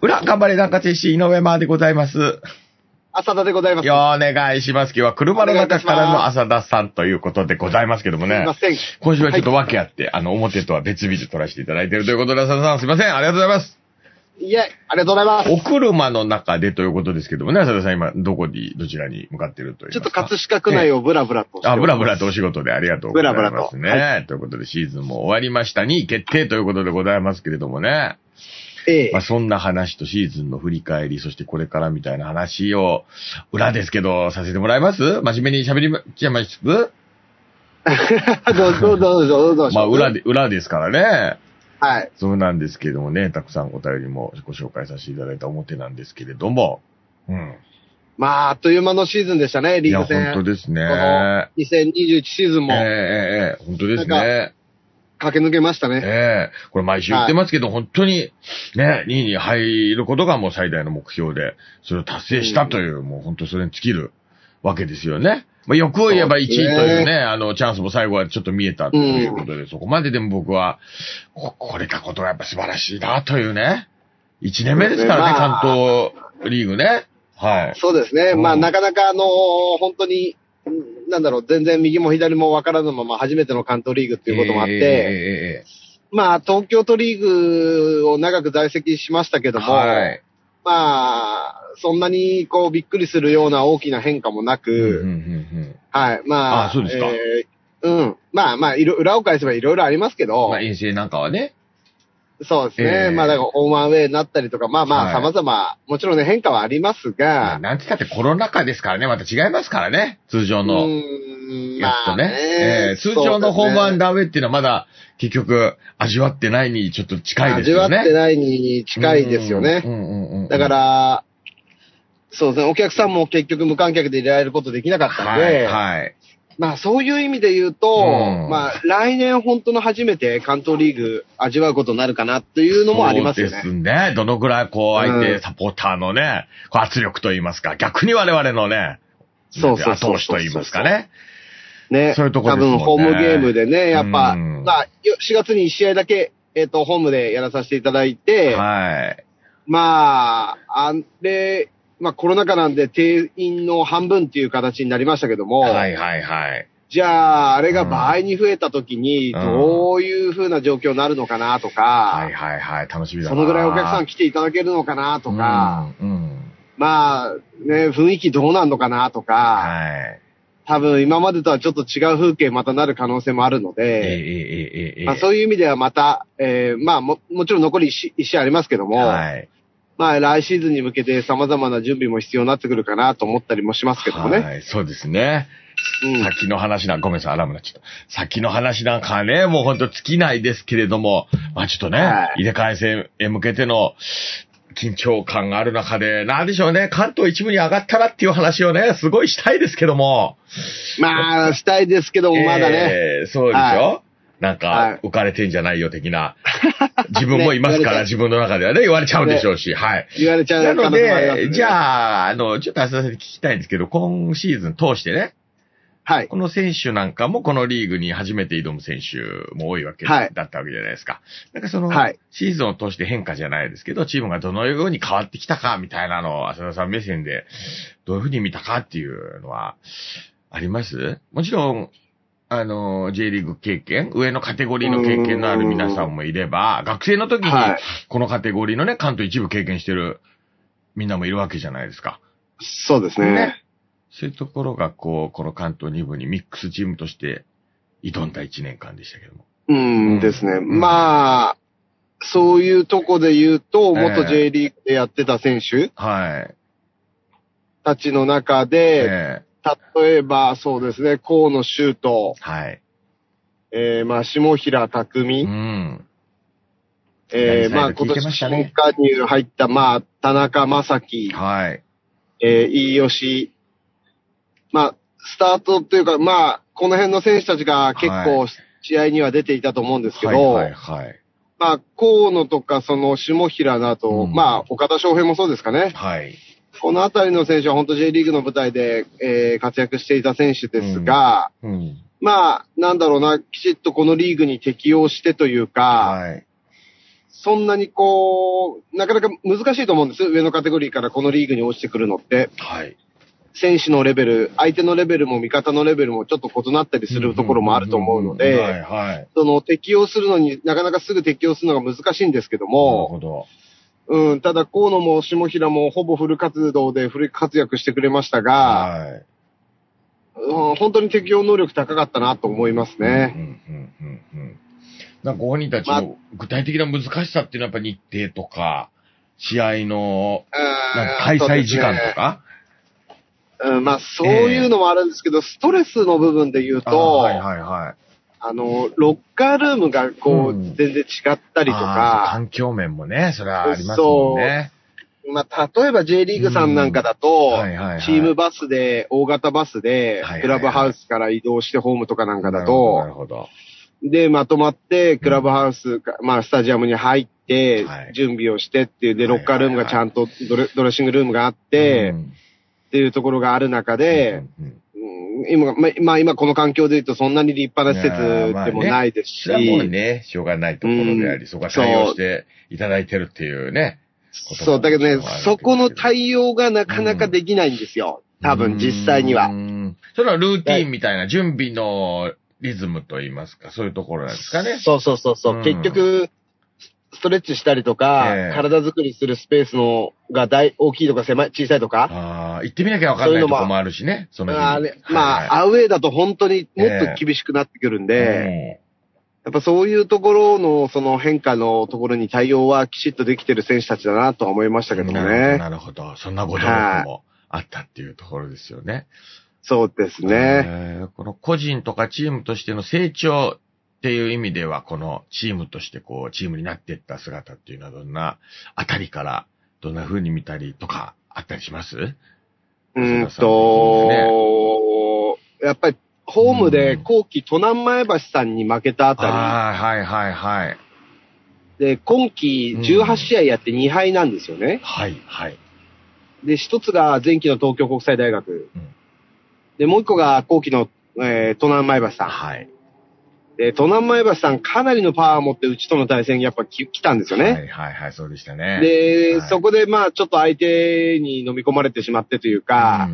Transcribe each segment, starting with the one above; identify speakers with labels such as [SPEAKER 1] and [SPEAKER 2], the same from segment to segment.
[SPEAKER 1] 裏、頑張れ、なんか停止、井上までございます。
[SPEAKER 2] 浅田でございます。
[SPEAKER 1] よお願いします。今日は車の中からの浅田さんということでございますけども
[SPEAKER 2] すい
[SPEAKER 1] ね
[SPEAKER 2] ま。せん。
[SPEAKER 1] 今週はちょっと
[SPEAKER 2] は
[SPEAKER 1] 訳あって、あの、表とは別日で撮らせていただいているということで、浅田さん、すいません。ありがとうございます。
[SPEAKER 2] い、いえ、ありがとうございます。
[SPEAKER 1] お車の中でということですけどもね、浅田さん、今、どこに、どちらに向かっているという
[SPEAKER 2] ちょっと葛飾区内をブラブラとしております
[SPEAKER 1] あ、ブラブラとお仕事でありがとうござい
[SPEAKER 2] ブラブ
[SPEAKER 1] ま
[SPEAKER 2] ラ
[SPEAKER 1] す
[SPEAKER 2] と
[SPEAKER 1] ね。
[SPEAKER 2] は
[SPEAKER 1] ということで、シーズンも終わりましたに決定ということでございますけれどもね。
[SPEAKER 2] ええ
[SPEAKER 1] まあ、そんな話とシーズンの振り返り、そしてこれからみたいな話を、裏ですけど、させてもらいます真面目に喋りま、ちゃいます
[SPEAKER 2] どうぞ、どうぞ、どうぞ。
[SPEAKER 1] まあ、裏で、裏ですからね。
[SPEAKER 2] はい。
[SPEAKER 1] そうなんですけれどもね、たくさんお便りもご紹介させていただいた表なんですけれども。うん。
[SPEAKER 2] まあ、あっという間のシーズンでしたね、
[SPEAKER 1] い
[SPEAKER 2] リー
[SPEAKER 1] や、
[SPEAKER 2] グ戦。
[SPEAKER 1] 本当ですね。
[SPEAKER 2] この2021シーズン
[SPEAKER 1] えええ
[SPEAKER 2] も
[SPEAKER 1] えええ本当です
[SPEAKER 2] な
[SPEAKER 1] ね。
[SPEAKER 2] 駆け抜けましたね。
[SPEAKER 1] ええこれ毎週言ってますけど、本当に、ね、2位に入ることがもう最大の目標で、それを達成したという、もう本当それに尽きるわけですよね。まあ、欲を言えば1位という
[SPEAKER 2] そうです
[SPEAKER 1] ね、
[SPEAKER 2] ね
[SPEAKER 1] あの、チャンスも最後はちょっと見えたということで、そこまででも僕は、こ、これたことがやっぱ素晴らしいなというね。1年目ですからね、
[SPEAKER 2] まあ
[SPEAKER 1] 関東リーグね。はい。
[SPEAKER 2] そうですね。
[SPEAKER 1] うん
[SPEAKER 2] まあ、なかなか、あのー本当に、んなんだろう、全然右も左もわからぬまま初めての関東リーグっていうこともあっ
[SPEAKER 1] ええ
[SPEAKER 2] て、まあ、東京都リーグを長く在籍しましたけ
[SPEAKER 1] ええええええ
[SPEAKER 2] ども、
[SPEAKER 1] はい。
[SPEAKER 2] まあ、そんなにこうびっくりするような大きな変化もなく、
[SPEAKER 1] うんうんうん
[SPEAKER 2] はい、まあ、
[SPEAKER 1] あそうですか
[SPEAKER 2] えーうん。まあまあ、いろ裏を返せばいろいろありますけど、
[SPEAKER 1] まあ、遠征なんかはね。
[SPEAKER 2] そうです
[SPEAKER 1] え
[SPEAKER 2] ね。
[SPEAKER 1] ー
[SPEAKER 2] まあ、だから、オーマンウェイになったりとか、まあま
[SPEAKER 1] はい
[SPEAKER 2] あ、様々、もちろんね、変化はあります
[SPEAKER 1] まあ
[SPEAKER 2] が、
[SPEAKER 1] なんつったってコロナ禍ですからね、また違いますからね、通常
[SPEAKER 2] う
[SPEAKER 1] の。
[SPEAKER 2] ーん、
[SPEAKER 1] やつ
[SPEAKER 2] ま
[SPEAKER 1] と
[SPEAKER 2] あ
[SPEAKER 1] ね。えー、
[SPEAKER 2] ね
[SPEAKER 1] 通常のホームアン
[SPEAKER 2] ダ
[SPEAKER 1] ダーウェイっていうのはまだ結局味わってないにちょっと近いです
[SPEAKER 2] 味
[SPEAKER 1] よ
[SPEAKER 2] わっ
[SPEAKER 1] ね。
[SPEAKER 2] てないに近いですよ
[SPEAKER 1] う
[SPEAKER 2] ね。
[SPEAKER 1] んうんうんうん
[SPEAKER 2] だか、ら、そうですね、お客さんも結局無観客で入れられることできなかったん
[SPEAKER 1] はい、
[SPEAKER 2] で、
[SPEAKER 1] はい。
[SPEAKER 2] まあそういう意味で言うと、
[SPEAKER 1] うん
[SPEAKER 2] まあ来年本当の初めて関東リーグ味わうことになるかなっていうのもありますよ
[SPEAKER 1] そう
[SPEAKER 2] ね
[SPEAKER 1] で。すね。どのぐらいこう相
[SPEAKER 2] う
[SPEAKER 1] 手
[SPEAKER 2] ん
[SPEAKER 1] サポーターのね、こう圧力と言いますか、逆に我々のね、
[SPEAKER 2] そうそう
[SPEAKER 1] 後
[SPEAKER 2] そう
[SPEAKER 1] 押しと言いますかね。
[SPEAKER 2] ね。
[SPEAKER 1] そういうとこですもんね
[SPEAKER 2] 多分ホームゲームでね、やっぱ、
[SPEAKER 1] うん
[SPEAKER 2] まあよ4月に1試合だけ、えっ、と、ホームでやらさせていただいて、
[SPEAKER 1] はい。
[SPEAKER 2] まあ、あれ、まあコロナ禍なんで定員の半分っていう形になりましたけども、
[SPEAKER 1] はいはいはい。
[SPEAKER 2] じゃあ、あれが倍に増えた時に、
[SPEAKER 1] うん
[SPEAKER 2] どういう風な状況になるのかなと
[SPEAKER 1] はい
[SPEAKER 2] か、
[SPEAKER 1] はいはい。楽しみだな。
[SPEAKER 2] そのぐらいお客さん来ていただけるのかなとか、
[SPEAKER 1] うん、うん。
[SPEAKER 2] まあ、ね、雰囲気どうなんのかなとか、
[SPEAKER 1] はい。
[SPEAKER 2] 多分今までとはちょっと違う風景またなる可能性もあるの
[SPEAKER 1] えええ
[SPEAKER 2] で、
[SPEAKER 1] えええ
[SPEAKER 2] まあ、そういう意味ではまた、えーまあも、もちろん残り 1, 試一試合ありますけども、
[SPEAKER 1] はい。
[SPEAKER 2] まあ来シーズンに向けて様々な準備も必要になってくるかなと思ったりもしますけどもね。
[SPEAKER 1] はい。そうですね。
[SPEAKER 2] うん
[SPEAKER 1] 先の話な、ごめんなさい、アラームなっちゃった。先の話なんかね、もうほんと尽きないですけれども、まあちょっとね、
[SPEAKER 2] はい
[SPEAKER 1] 入れ替え戦へ向けての緊張感がある中で、なんでしょうね、関東一部に上がったらっていう話をね、すごいしたいですけども。
[SPEAKER 2] まあ、したいですけども、まだね、
[SPEAKER 1] えーそうでしょ、
[SPEAKER 2] は
[SPEAKER 1] なんか、
[SPEAKER 2] はい
[SPEAKER 1] 浮かれてんじゃないよ的 な。自分もいますから、
[SPEAKER 2] ね
[SPEAKER 1] 自分の中ではね、言われちゃうんでしょうし、はい。
[SPEAKER 2] 言われちゃ
[SPEAKER 1] な
[SPEAKER 2] う可
[SPEAKER 1] の
[SPEAKER 2] 能性もあります、
[SPEAKER 1] で、
[SPEAKER 2] ね。
[SPEAKER 1] じ
[SPEAKER 2] あ、
[SPEAKER 1] ゃあ、あの、ちょっと浅田さんに聞きたいんですけど、今シーズン通してね、
[SPEAKER 2] はい。
[SPEAKER 1] この選手なんかもこのリーグに初めて挑む選手も多いわけ、
[SPEAKER 2] はい
[SPEAKER 1] だったわけじゃないですか。なんかその、
[SPEAKER 2] はい
[SPEAKER 1] シーズンを通して変化じゃないですけど、チームがどのように変わってきたかみたいなのを浅田さん目線でどういうふうに見たかっていうのはありますもちろん、あの、J リーグ経験、上のカテゴリーの経験のある皆さんもいれば、学生の時に
[SPEAKER 2] はい
[SPEAKER 1] このカテゴリーのね、関東一部経験してるみんなもいるわけじゃないですか。
[SPEAKER 2] そうですね。
[SPEAKER 1] ねそういうところが、こう、この関東2部にミックスチームとして挑んだ1年間でしたけども。
[SPEAKER 2] う
[SPEAKER 1] うん
[SPEAKER 2] んですね。
[SPEAKER 1] うん
[SPEAKER 2] まあ、そういうとこで言うと、
[SPEAKER 1] ええ
[SPEAKER 2] 元 J リーグでやってた選手
[SPEAKER 1] はい。
[SPEAKER 2] たちの中
[SPEAKER 1] え
[SPEAKER 2] で、
[SPEAKER 1] え
[SPEAKER 2] 例えばそうですね、河野修斗、
[SPEAKER 1] はい。
[SPEAKER 2] えー、まあ、下平
[SPEAKER 1] う
[SPEAKER 2] 匠、
[SPEAKER 1] ん。
[SPEAKER 2] えー、ま
[SPEAKER 1] 左サイド聞
[SPEAKER 2] あ、今
[SPEAKER 1] いてま
[SPEAKER 2] 年
[SPEAKER 1] した
[SPEAKER 2] 新
[SPEAKER 1] ね
[SPEAKER 2] 加入入った、まあ、田中正樹、
[SPEAKER 1] はい。
[SPEAKER 2] えー、飯吉、まあ、スタートというか、まあ、この辺の選手たちが結
[SPEAKER 1] は
[SPEAKER 2] 構試合には出ていたと思うんですけど、
[SPEAKER 1] はい、はい、はい。
[SPEAKER 2] まあ、河野とか、その、下平など、
[SPEAKER 1] うん
[SPEAKER 2] まあ、岡田翔平もそうですかね。
[SPEAKER 1] はい。
[SPEAKER 2] このあたりの選手は本当 J リーグの舞台で、えー活躍していた選手ですが、
[SPEAKER 1] うん。
[SPEAKER 2] まあ、なんだろうな、きちっとこのリーグに適応してというか、
[SPEAKER 1] はい。
[SPEAKER 2] そんなにこう、なかなか難しいと思うんです。上のカテゴリーからこのリーグに落ちてくるのって。
[SPEAKER 1] はい。
[SPEAKER 2] 選手のレベル、相手のレベルも味方のレベルもちょっと異なったりするところもあると思うの
[SPEAKER 1] んんんんはい、
[SPEAKER 2] で、
[SPEAKER 1] はい。なる
[SPEAKER 2] その適用するのになかなかすぐ適用するのが難しいんですけども、
[SPEAKER 1] ほど。
[SPEAKER 2] うん、ただ河野も下平もほぼフル活動でフル活躍してくれましたが、
[SPEAKER 1] はい。
[SPEAKER 2] うん本当に適用能力高かったなと思います
[SPEAKER 1] う
[SPEAKER 2] ね。
[SPEAKER 1] んうんうんうんうん。なんかご本人たちの具体的な難しさっていうのはやっぱ日程とか、試合のなんか開催時間と
[SPEAKER 2] か。
[SPEAKER 1] か。
[SPEAKER 2] うん、まあそういうのもあるんですけど、ストレスの部分で言うと、
[SPEAKER 1] あはいはいはい。
[SPEAKER 2] あの、ロッカールームがこう、
[SPEAKER 1] うん
[SPEAKER 2] 全然違ったりと
[SPEAKER 1] あー
[SPEAKER 2] か、
[SPEAKER 1] 環境面もね、それはありますもんね。
[SPEAKER 2] まあ、例えば J リーグさんなんかだと、
[SPEAKER 1] はいはいはい。
[SPEAKER 2] チームバスで、大型バス
[SPEAKER 1] は
[SPEAKER 2] で
[SPEAKER 1] いはいはい、
[SPEAKER 2] クラブハウスから移動してホームとかなんかだ
[SPEAKER 1] なる
[SPEAKER 2] と、
[SPEAKER 1] ほど。
[SPEAKER 2] で、まとまって、クラブハウスか、まあ、スタジアムに入って
[SPEAKER 1] はい、
[SPEAKER 2] 準備をしてっていう、で、
[SPEAKER 1] は
[SPEAKER 2] ロ
[SPEAKER 1] いはいはい
[SPEAKER 2] ッカールームがちゃんとドレドレッシングルームがあっ
[SPEAKER 1] で
[SPEAKER 2] て、っていうところがある中で、、
[SPEAKER 1] うんうん
[SPEAKER 2] うん今、まあまあ、今この環境で言うとそんなに立派な施
[SPEAKER 1] いやー
[SPEAKER 2] 設
[SPEAKER 1] まあ
[SPEAKER 2] で
[SPEAKER 1] ね
[SPEAKER 2] もないですし、
[SPEAKER 1] それはもうね、しょうがないところであり、
[SPEAKER 2] うん
[SPEAKER 1] そこは対応していただいてるっていうね。
[SPEAKER 2] そう、だけどね、そこの対応がなかなかできないんですよ。多分、実際に
[SPEAKER 1] う
[SPEAKER 2] は。
[SPEAKER 1] ん。それはルーティンみたいな準備のリズムといいますか、そういうところなんですかね。
[SPEAKER 2] そうそうそうそうう。
[SPEAKER 1] ん
[SPEAKER 2] 結局、ストレッチしたりとか
[SPEAKER 1] ええ、
[SPEAKER 2] 体作りするスペースのが大大きいとか狭い、小さいとか、
[SPEAKER 1] ああ、行ってみなきゃわかんないとこもあるしね、その
[SPEAKER 2] まあね
[SPEAKER 1] 辺
[SPEAKER 2] まあ、
[SPEAKER 1] あ、
[SPEAKER 2] アウェーだと本当にもっと厳しくなってくるんで、
[SPEAKER 1] え
[SPEAKER 2] やっぱそういうところのその変化のところに対応はきちっとできてる選手たちだなとは思いましたけどもね。
[SPEAKER 1] なるほど。そんなご努力もあったっていうところですよね。
[SPEAKER 2] そうですね。
[SPEAKER 1] えーこの個人とかチームとしての成長っていう意味では、このチームとしてこう、チームになっていった姿っていうのはどんなあたりから、どんな風に見たりとかあったりします
[SPEAKER 2] うーんと、やっぱりホームで後期都南前橋さんに負けたあた
[SPEAKER 1] ああ、はいはいはい。
[SPEAKER 2] り、で、今期
[SPEAKER 1] うん
[SPEAKER 2] 18試合やって2敗なんですよね。
[SPEAKER 1] はいはい。
[SPEAKER 2] で、一つが前期の東京国際大学
[SPEAKER 1] うん。
[SPEAKER 2] で、もう一個が後期の、えー、都南前橋さん。
[SPEAKER 1] はい。
[SPEAKER 2] で、都南前橋さんかなりのパワーを持ってうちとの対戦やっぱき来たんですよ
[SPEAKER 1] は
[SPEAKER 2] ね。
[SPEAKER 1] いはいはい、そうでしたね。
[SPEAKER 2] で、
[SPEAKER 1] はい
[SPEAKER 2] そこでまあちょっと相手に飲み込まれてしまってというか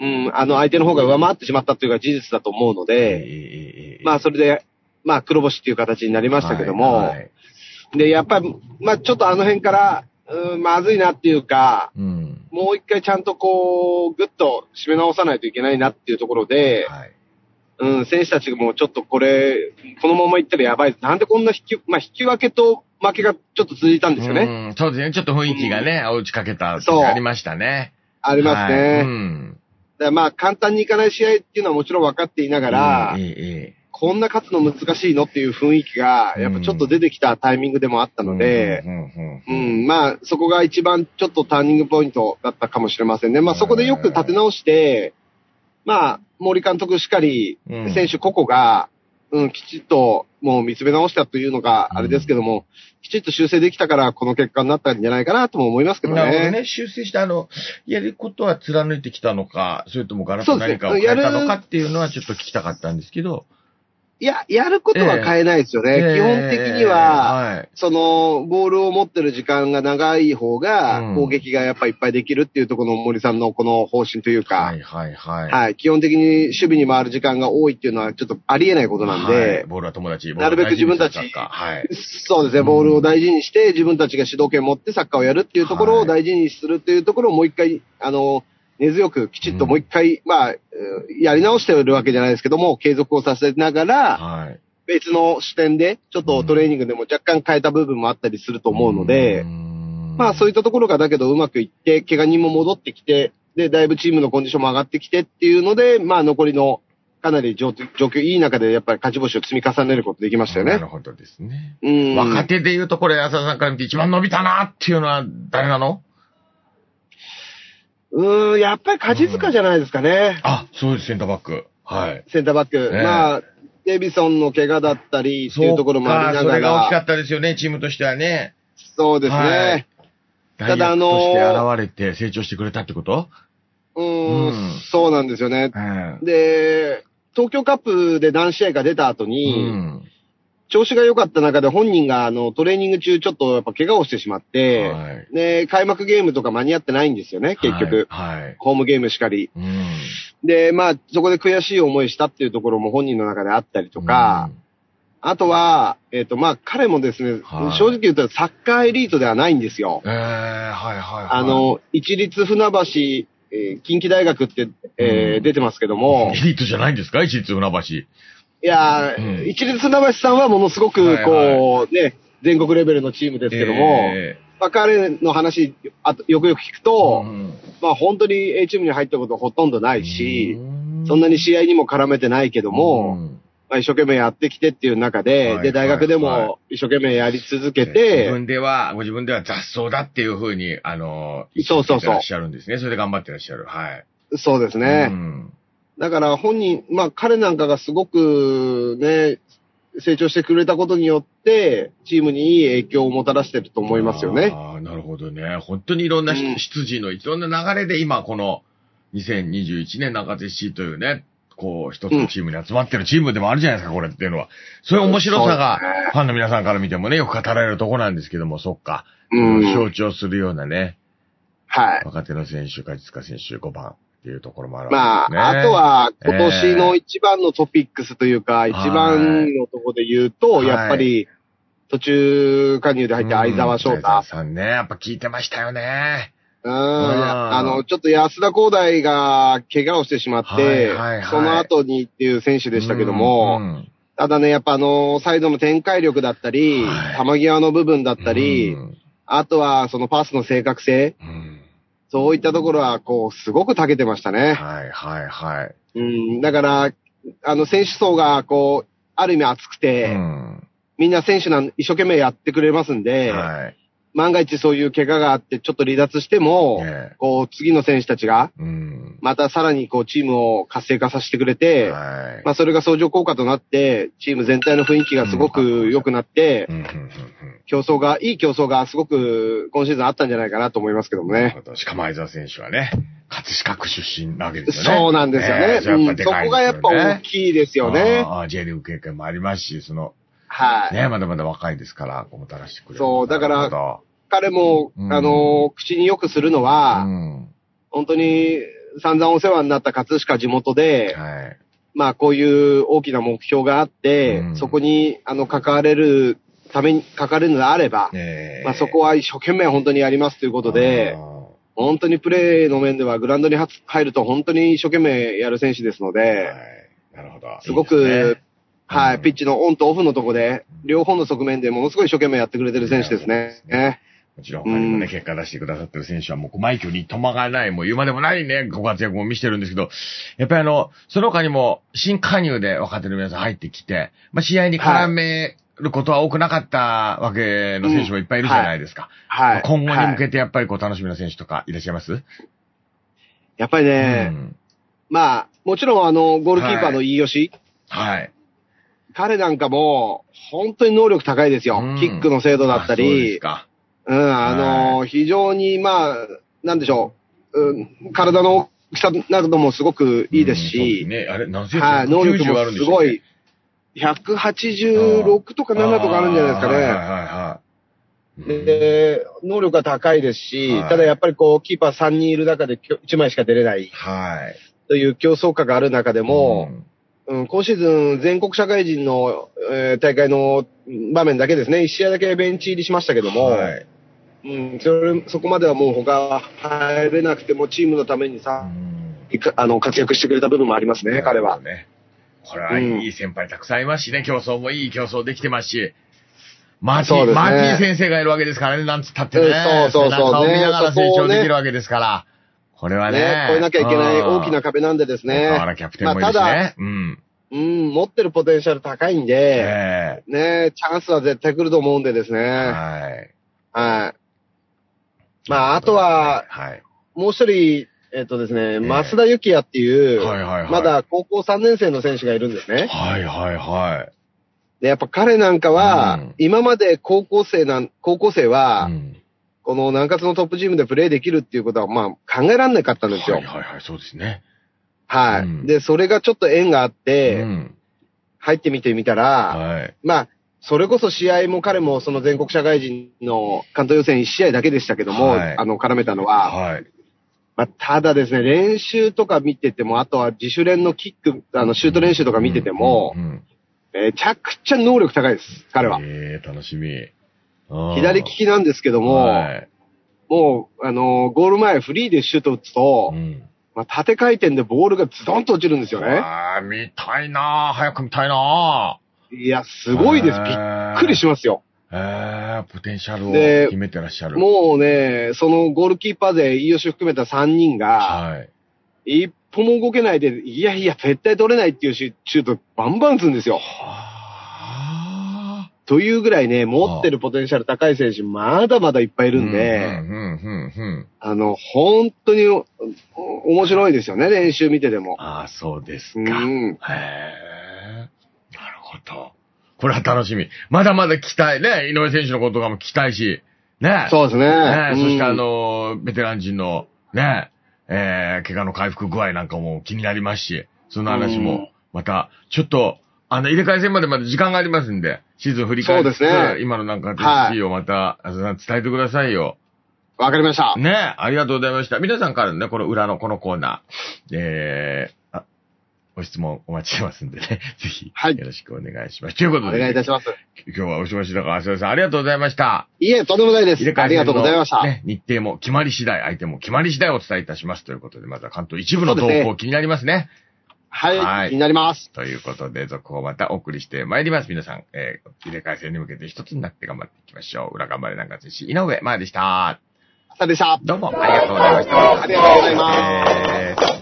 [SPEAKER 1] う、ん、
[SPEAKER 2] うん、あの相手の方が上回ってしまったというか事実だと思うの
[SPEAKER 1] ええ
[SPEAKER 2] で、
[SPEAKER 1] ええ
[SPEAKER 2] まあ、
[SPEAKER 1] れ
[SPEAKER 2] それで、まあ、黒星っていう形になりましたけども、
[SPEAKER 1] はいはい
[SPEAKER 2] で、やっぱり、まあ、ちょっとあの辺から、うん、まずいなっていうか、
[SPEAKER 1] うん。
[SPEAKER 2] もう一回ちゃんとこう、ぐっと締め直さないといけないなっていうところで、
[SPEAKER 1] はい。
[SPEAKER 2] うん、選手たちもちょっとこれ、このままいったらやばい。なんでこんな引き、まあ、引き分けと負けがちょっと続いたんですよね。
[SPEAKER 1] うん。そうですね。ちょっと雰囲気がね、お打ちかけた時がありましたね。
[SPEAKER 2] あります
[SPEAKER 1] は
[SPEAKER 2] ね。
[SPEAKER 1] い
[SPEAKER 2] だ
[SPEAKER 1] う
[SPEAKER 2] か
[SPEAKER 1] ん。
[SPEAKER 2] らまあ、簡単にいかない試合っていうのはもちろん分かっていながら、
[SPEAKER 1] えええ
[SPEAKER 2] こんな勝つの難しいのっていう雰囲気が、やっぱちょっと出てきたタイミングでもあった
[SPEAKER 1] え
[SPEAKER 2] ので、
[SPEAKER 1] うん
[SPEAKER 2] う
[SPEAKER 1] うん
[SPEAKER 2] ん、まあ、そこが一番ちょっとターニングポイントだったかもしれませんね。まあ、そこでよく立て直して、まあ、森監督しかり、
[SPEAKER 1] うんうん
[SPEAKER 2] 選手個々が、うん、きちっともう見つめ直したというの
[SPEAKER 1] うん
[SPEAKER 2] があれですけども、きちっと修正できたからこの結果になったんじゃないかなとも思いますけど
[SPEAKER 1] なるほど
[SPEAKER 2] ね。
[SPEAKER 1] ね。修正して、あの、やることは貫いてきたのか、それともガラッ
[SPEAKER 2] そ
[SPEAKER 1] と
[SPEAKER 2] う
[SPEAKER 1] 何
[SPEAKER 2] ですね
[SPEAKER 1] かを変えたのかっていうのはちょっと聞きたかったんですけど。
[SPEAKER 2] いや、やることは変えないですよね。
[SPEAKER 1] ええ
[SPEAKER 2] 基本的には、、
[SPEAKER 1] はい。
[SPEAKER 2] その、ボールを持ってる時間が長い方
[SPEAKER 1] うん
[SPEAKER 2] が、攻撃がやっぱいっぱいできるっていうところの森さんのこの方針というか、
[SPEAKER 1] はいはいはい。
[SPEAKER 2] はい、基本的に守備に回る時間が多いっていうのはちょっとありえないことなん
[SPEAKER 1] はい
[SPEAKER 2] で、
[SPEAKER 1] ボールは友達。
[SPEAKER 2] なるべく自分たち
[SPEAKER 1] ボールは大事にする
[SPEAKER 2] そうですね、
[SPEAKER 1] うん
[SPEAKER 2] ボールを大事にして、自分たちが主導権を持ってサッカーをやるっていうところを大事にするっていうところをもう一回、あの、根強くきちっともう一回、まあ、えーやり直してるわけじゃないですけども、継続をさせな
[SPEAKER 1] サッ
[SPEAKER 2] が
[SPEAKER 1] カ
[SPEAKER 2] ら、
[SPEAKER 1] ーはい。はい。
[SPEAKER 2] 別の視点で、ちょっとトレーニングでも若干変えた部分もあったりすると思うので、まあそうい
[SPEAKER 1] い
[SPEAKER 2] ったところがだけどうまくいって、怪我人も戻ってきて、で、だいぶチームのコンディションも上がってきてっていうので、まあ残りのかなり状状況いい中でやっぱり勝ち星を積み重ねることできましたよ
[SPEAKER 1] な
[SPEAKER 2] ね
[SPEAKER 1] る。ほどですね。
[SPEAKER 2] うん。
[SPEAKER 1] 若手で言うとこれ、浅田さんから見て一番伸びたなっていうのは誰なの
[SPEAKER 2] うん、やっぱり勝ち塚じゃないですかね。
[SPEAKER 1] あ、そうです、センターバック。はい。
[SPEAKER 2] センターバック。
[SPEAKER 1] ええ
[SPEAKER 2] まあ、デビソンの怪我だったりっていうところもありな
[SPEAKER 1] そうかそ
[SPEAKER 2] が、
[SPEAKER 1] れが大きからったですよね、チームとしてはね。
[SPEAKER 2] そうですね。
[SPEAKER 1] はい
[SPEAKER 2] ただあのー
[SPEAKER 1] 大役として現れて成長してくれたってこと
[SPEAKER 2] うん、
[SPEAKER 1] うん
[SPEAKER 2] そうなんですよね。
[SPEAKER 1] うん。
[SPEAKER 2] で、東京カップで何試合か出た後
[SPEAKER 1] う
[SPEAKER 2] に、
[SPEAKER 1] ん。
[SPEAKER 2] 調子が良かった中で本人があのトレーニング中ちょっとやっぱ怪我をしてしまって、
[SPEAKER 1] はい。
[SPEAKER 2] で、開幕ゲームとか間に合ってないんですよね、結局。
[SPEAKER 1] はい。はい。
[SPEAKER 2] ホームゲームしかり。
[SPEAKER 1] うん。
[SPEAKER 2] で、まあ、そこで悔しい思いしたっていうところも本人の中であったりとか、あとは、えっ、と、まあ、彼もですね、
[SPEAKER 1] はい
[SPEAKER 2] 正直言うとサッカーエリートではないんですよ。
[SPEAKER 1] うん、ええはいはいはい。
[SPEAKER 2] あ、の、一律船橋、えー近畿大学って、えー
[SPEAKER 1] うん
[SPEAKER 2] 出てますけ ども
[SPEAKER 1] エ、リートじゃないんですか一律船橋。
[SPEAKER 2] いやー、
[SPEAKER 1] うん
[SPEAKER 2] 一律船橋さんはものすごく、こう、
[SPEAKER 1] はいは
[SPEAKER 2] ね、全国レベルのチームですけども、
[SPEAKER 1] え
[SPEAKER 2] まあ、彼の話あと、よくよく聞く
[SPEAKER 1] え
[SPEAKER 2] と、
[SPEAKER 1] うん
[SPEAKER 2] まあ本当に A チームに入ったことほとんどないし、そんな
[SPEAKER 1] に
[SPEAKER 2] に試合にも絡めてないけども、まあ、一生懸命やってきてっていう中で、
[SPEAKER 1] はい
[SPEAKER 2] で、大学でも
[SPEAKER 1] は
[SPEAKER 2] 一生懸命やり続け
[SPEAKER 1] 自
[SPEAKER 2] て、
[SPEAKER 1] 分では、ご自分では雑草だっていうふうに、あの、
[SPEAKER 2] そうそ
[SPEAKER 1] 言
[SPEAKER 2] うそう
[SPEAKER 1] ってらっしゃるんですね。それで頑張ってらっしゃる。はい。
[SPEAKER 2] そうです
[SPEAKER 1] う
[SPEAKER 2] ね。
[SPEAKER 1] ん
[SPEAKER 2] だから本人、まあ彼なんかがすごくね、成長してくれたことによって、チームにいい影響をもたらしてると思いますよね。
[SPEAKER 1] ああ、なるほどね。本当にいろんな
[SPEAKER 2] うん
[SPEAKER 1] 出自のいろんな流れで今この2021年中津 FC というね、こう一つのチームに集まってるチームでもあるじゃないですか、これっていうのは。そういう面白さがファンの皆さんから見てもね、よく語られるとこなんですけども、そっか。
[SPEAKER 2] うん。
[SPEAKER 1] 象徴するようなね、
[SPEAKER 2] はい。
[SPEAKER 1] 若手の選手、梶塚選手5番っていうところもある
[SPEAKER 2] ま
[SPEAKER 1] わ
[SPEAKER 2] あ、
[SPEAKER 1] けですね。
[SPEAKER 2] あとは、今年の
[SPEAKER 1] え
[SPEAKER 2] 一番のトピックスというか、
[SPEAKER 1] い
[SPEAKER 2] 一番のとこで言うと、
[SPEAKER 1] はい
[SPEAKER 2] やっぱり、途中加入で入った相沢翔
[SPEAKER 1] うん
[SPEAKER 2] 太
[SPEAKER 1] 相。さんね、やっぱ聞いてましたよね。
[SPEAKER 2] うん。
[SPEAKER 1] ん
[SPEAKER 2] あの、ちょっと安田光大が怪我をしてしまっ
[SPEAKER 1] はい
[SPEAKER 2] て
[SPEAKER 1] はいはい、
[SPEAKER 2] その後にっていう選手でしたけど
[SPEAKER 1] う
[SPEAKER 2] も、
[SPEAKER 1] ん
[SPEAKER 2] ただね、やっぱあの、サイドの展開力だったり
[SPEAKER 1] はい、
[SPEAKER 2] 球際の部分だったり
[SPEAKER 1] う、ん
[SPEAKER 2] あとはそのパスの正確性、
[SPEAKER 1] うん
[SPEAKER 2] そういったところは、こう、すごく長けてましたね。
[SPEAKER 1] はいはいはい。
[SPEAKER 2] うん、だから、あの、選手層が、こう、ある意味厚くて、
[SPEAKER 1] うん
[SPEAKER 2] みんな選手なん、一生懸命やってくれますんで、
[SPEAKER 1] はい。
[SPEAKER 2] 万が一そういう怪我があって、ちょっと離脱しても、
[SPEAKER 1] ね
[SPEAKER 2] こう、次の選手たちが、
[SPEAKER 1] うん。
[SPEAKER 2] またさらに、こう、チームを活性化させてくれて、
[SPEAKER 1] はい
[SPEAKER 2] まあ、それが相乗効果となって、チーム全体の雰囲気がすごく良くなって、
[SPEAKER 1] うんうんうんうん
[SPEAKER 2] 競争が、いい競争がすごく、今シーズンあったんじゃないかなと思いますけども
[SPEAKER 1] なる
[SPEAKER 2] ね。
[SPEAKER 1] ほどしかも相沢選手はね、葛飾区出身なわけですよね。
[SPEAKER 2] そうなんですよね
[SPEAKER 1] ええ。それはやっぱ
[SPEAKER 2] うん
[SPEAKER 1] で
[SPEAKER 2] そ
[SPEAKER 1] かいですよね
[SPEAKER 2] こがやっぱ大きいですよね。
[SPEAKER 1] ああ、J リーグ経験もありますし、その、
[SPEAKER 2] はい。
[SPEAKER 1] ね、まだまだ若いですから、もたらしてくれる。
[SPEAKER 2] そうだから
[SPEAKER 1] なるほ
[SPEAKER 2] 彼も、
[SPEAKER 1] うん
[SPEAKER 2] あの、口によくするの
[SPEAKER 1] ど
[SPEAKER 2] は、
[SPEAKER 1] うん。
[SPEAKER 2] 本当に散々お世話になった葛飾地元で、
[SPEAKER 1] はい。
[SPEAKER 2] まあこういう大きな目標があって、
[SPEAKER 1] うん
[SPEAKER 2] そこに、あの、関われるために、関われるのであれば、
[SPEAKER 1] ええ
[SPEAKER 2] まあそこは一生懸命本当にやりますということで
[SPEAKER 1] あ、あ
[SPEAKER 2] 本当にプレーの面ではグラウンドに入ると本当に一生懸命やる選手ですの
[SPEAKER 1] は
[SPEAKER 2] で、
[SPEAKER 1] い。なるほど。
[SPEAKER 2] すご
[SPEAKER 1] いいです
[SPEAKER 2] く
[SPEAKER 1] ね、
[SPEAKER 2] はい、
[SPEAKER 1] うん
[SPEAKER 2] ピッチのオンとオフのとこで、両方の側面でものすごい一生懸命やってくれてる選手ですね。
[SPEAKER 1] いや
[SPEAKER 2] ね
[SPEAKER 1] もちろん他にもね、
[SPEAKER 2] うん
[SPEAKER 1] 結果出してくださってる選手はもう、マイキョに止まがない、もう言うまでもないね、ご活躍を見せてるんですけど、やっぱりあの、その他にも、新加入で若手の皆さん入ってきて、まあ、試合に絡めることは多くなかったわけの選手もいっぱいいるじゃないですか。
[SPEAKER 2] はい。
[SPEAKER 1] 今後に向
[SPEAKER 2] はい
[SPEAKER 1] けてやっぱりこう、楽しみな選手とかいらっしゃいます、
[SPEAKER 2] やっぱりね、
[SPEAKER 1] うん
[SPEAKER 2] まあ、もちろんあの、ゴールキーパーの飯吉、
[SPEAKER 1] はい。
[SPEAKER 2] 彼なんかも、本当に能力高いですよ。
[SPEAKER 1] うん
[SPEAKER 2] キックの精度だった
[SPEAKER 1] あそうです
[SPEAKER 2] り、
[SPEAKER 1] か。
[SPEAKER 2] うん、あの、非常に、まあ、なんでしょう、うん、体の大きさなどもすごくいいです
[SPEAKER 1] うん、
[SPEAKER 2] し
[SPEAKER 1] そうですね、あれ、何センチ
[SPEAKER 2] はい、能力
[SPEAKER 1] 90あ
[SPEAKER 2] も
[SPEAKER 1] るんですしょ
[SPEAKER 2] ご
[SPEAKER 1] うね
[SPEAKER 2] い、186とか7とかあるんじゃないですか
[SPEAKER 1] あーはいはい
[SPEAKER 2] ね。
[SPEAKER 1] はいはい。
[SPEAKER 2] で、能力が高いですし
[SPEAKER 1] は、い
[SPEAKER 2] ただやっぱりこう、キーパー3人いる中で1枚しか出れない
[SPEAKER 1] はい。
[SPEAKER 2] という競争下がある中でも、うん、今シーズン全国社会人の、えー大会のうん場面だけですね、1試合だけベンチ入りしましたけども、
[SPEAKER 1] はい
[SPEAKER 2] うん、それそこまではもう他は入れなくても、チームのために
[SPEAKER 1] う
[SPEAKER 2] さ、
[SPEAKER 1] ん
[SPEAKER 2] いかあの活躍してくれた部分もありますね、彼は。。
[SPEAKER 1] ねこれはいい先輩たくさんいますしね、競争もいい競争できてますし、マーテ
[SPEAKER 2] そ
[SPEAKER 1] ィ
[SPEAKER 2] う
[SPEAKER 1] ン、
[SPEAKER 2] ですね
[SPEAKER 1] マーティン先生がいるわけですからね、なんつったって
[SPEAKER 2] うん
[SPEAKER 1] ね。
[SPEAKER 2] そうそ
[SPEAKER 1] 背
[SPEAKER 2] うそう
[SPEAKER 1] 中を見ながら
[SPEAKER 2] ねそ
[SPEAKER 1] 成
[SPEAKER 2] こを
[SPEAKER 1] 長
[SPEAKER 2] ね
[SPEAKER 1] できるわけですから。これはね。
[SPEAKER 2] ね、越えなきゃいけない大きな
[SPEAKER 1] ね。
[SPEAKER 2] 壁なんでです
[SPEAKER 1] 河
[SPEAKER 2] ね、
[SPEAKER 1] 原キャプテンもいるし
[SPEAKER 2] まあた
[SPEAKER 1] ね。うん。
[SPEAKER 2] うん、持ってるポテンシャル高いんで、
[SPEAKER 1] え
[SPEAKER 2] ね、チャンスは絶対来ると思うんでです
[SPEAKER 1] え
[SPEAKER 2] ね、
[SPEAKER 1] はい。
[SPEAKER 2] はい。まあ、あとは、
[SPEAKER 1] はい。
[SPEAKER 2] もう一人、えっ、とですね、
[SPEAKER 1] え
[SPEAKER 2] 増田幸也っていう、
[SPEAKER 1] はいはいはい
[SPEAKER 2] まだ高校3年生の選手がいるんですね。
[SPEAKER 1] はいはいはい。
[SPEAKER 2] で、やっぱ彼なんかは、
[SPEAKER 1] うん
[SPEAKER 2] 今まで高校生なん、高校生は、
[SPEAKER 1] うん
[SPEAKER 2] この南葛のトップチームでプレーできるっていうことは、まあ、考えられなかったんですよ。
[SPEAKER 1] は
[SPEAKER 2] はいい。
[SPEAKER 1] はいはい、そうですね。うん
[SPEAKER 2] で、それがちょっと縁があって、
[SPEAKER 1] うん
[SPEAKER 2] 入ってみてみたら、
[SPEAKER 1] はい。
[SPEAKER 2] まあ、それこそ試合も彼もその全国社会人の関東予選1試合だけでしたけども、
[SPEAKER 1] はい
[SPEAKER 2] あの、絡めたのは、
[SPEAKER 1] はい。
[SPEAKER 2] まあ、ただですね、練習とか見てても、あとは自主練のキック、あの、シュート練習とか見てても
[SPEAKER 1] う、ん、
[SPEAKER 2] めちゃくちゃ能力高いです、彼は。
[SPEAKER 1] ええ楽しみ。あー
[SPEAKER 2] 左利きなんですけども、
[SPEAKER 1] はい
[SPEAKER 2] もう、あの、ゴール前フリーでシュート打つと、
[SPEAKER 1] うん
[SPEAKER 2] まあ、縦回転でボールがズドンと落ちるんですよね。
[SPEAKER 1] ああ、見たいなー早く見たいなー
[SPEAKER 2] いや、すごいです。
[SPEAKER 1] え
[SPEAKER 2] びっ
[SPEAKER 1] ー
[SPEAKER 2] くりしますよ。
[SPEAKER 1] ええポテンシャル
[SPEAKER 2] で
[SPEAKER 1] を秘めてらっしゃる。
[SPEAKER 2] もうね、そのゴールキーパー勢、飯吉含めた3人が、
[SPEAKER 1] はい。
[SPEAKER 2] 一歩も動けないで、いやいや、絶対取れないっていうシュシュートバンバン打つんですよ。
[SPEAKER 1] はあ。
[SPEAKER 2] というぐらいね、持ってるポテンシャル高い選手、まだまだいっぱいいるんで、
[SPEAKER 1] うん、うん、うん、うん。
[SPEAKER 2] あの、本当におお面白いですよね、練習見てても。
[SPEAKER 1] ああ、そうです
[SPEAKER 2] う
[SPEAKER 1] か。
[SPEAKER 2] ん。
[SPEAKER 1] へえ。なるほど。これは楽しみ。まだまだ期待ね。井上選手のこととかも期待し。ね。
[SPEAKER 2] そうですね。
[SPEAKER 1] ね、
[SPEAKER 2] うん
[SPEAKER 1] そしてあ、の、ベテラン人の、ね、えー、怪我の回復具合なんかも気になりますし、その話
[SPEAKER 2] うん
[SPEAKER 1] も、また、ちょっと、あの、入れ替え戦までまだ時間がありますんで、シーズン振り返って、
[SPEAKER 2] そうですね
[SPEAKER 1] 今のなんか、
[SPEAKER 2] はい
[SPEAKER 1] レシピをまた、あずさん伝えてくださいよ。
[SPEAKER 2] わかりました。
[SPEAKER 1] ねありがとうございました。皆さんからのね、この裏のこのコーナー、えー、あ、ご質問お待ちしてますんでね、ぜ ひ、
[SPEAKER 2] はい
[SPEAKER 1] よろしくお願いします。というこ
[SPEAKER 2] お
[SPEAKER 1] とで、
[SPEAKER 2] 願いいたします。
[SPEAKER 1] 今日はお忙しい中、浅田さん、ありがとうございました。
[SPEAKER 2] いえ、とんでもないです
[SPEAKER 1] 入れ替え。戦の
[SPEAKER 2] ありがとうございました。
[SPEAKER 1] ね、日程も決まり次第、相手も決まり次第お伝えいたしますということで、まずは関東一部の動
[SPEAKER 2] そうです
[SPEAKER 1] 向
[SPEAKER 2] ね
[SPEAKER 1] 気になりますね。
[SPEAKER 2] はい、
[SPEAKER 1] はい
[SPEAKER 2] 気になります。
[SPEAKER 1] ということで、続報をまたお送りしてまいります。皆さん、えー、入れ替え戦に向けて一つになって頑張っていきましょう。裏頑張れなんかつし、井上までした。
[SPEAKER 2] さでした。
[SPEAKER 1] どうもありがとうございました。。
[SPEAKER 2] ありがとうございます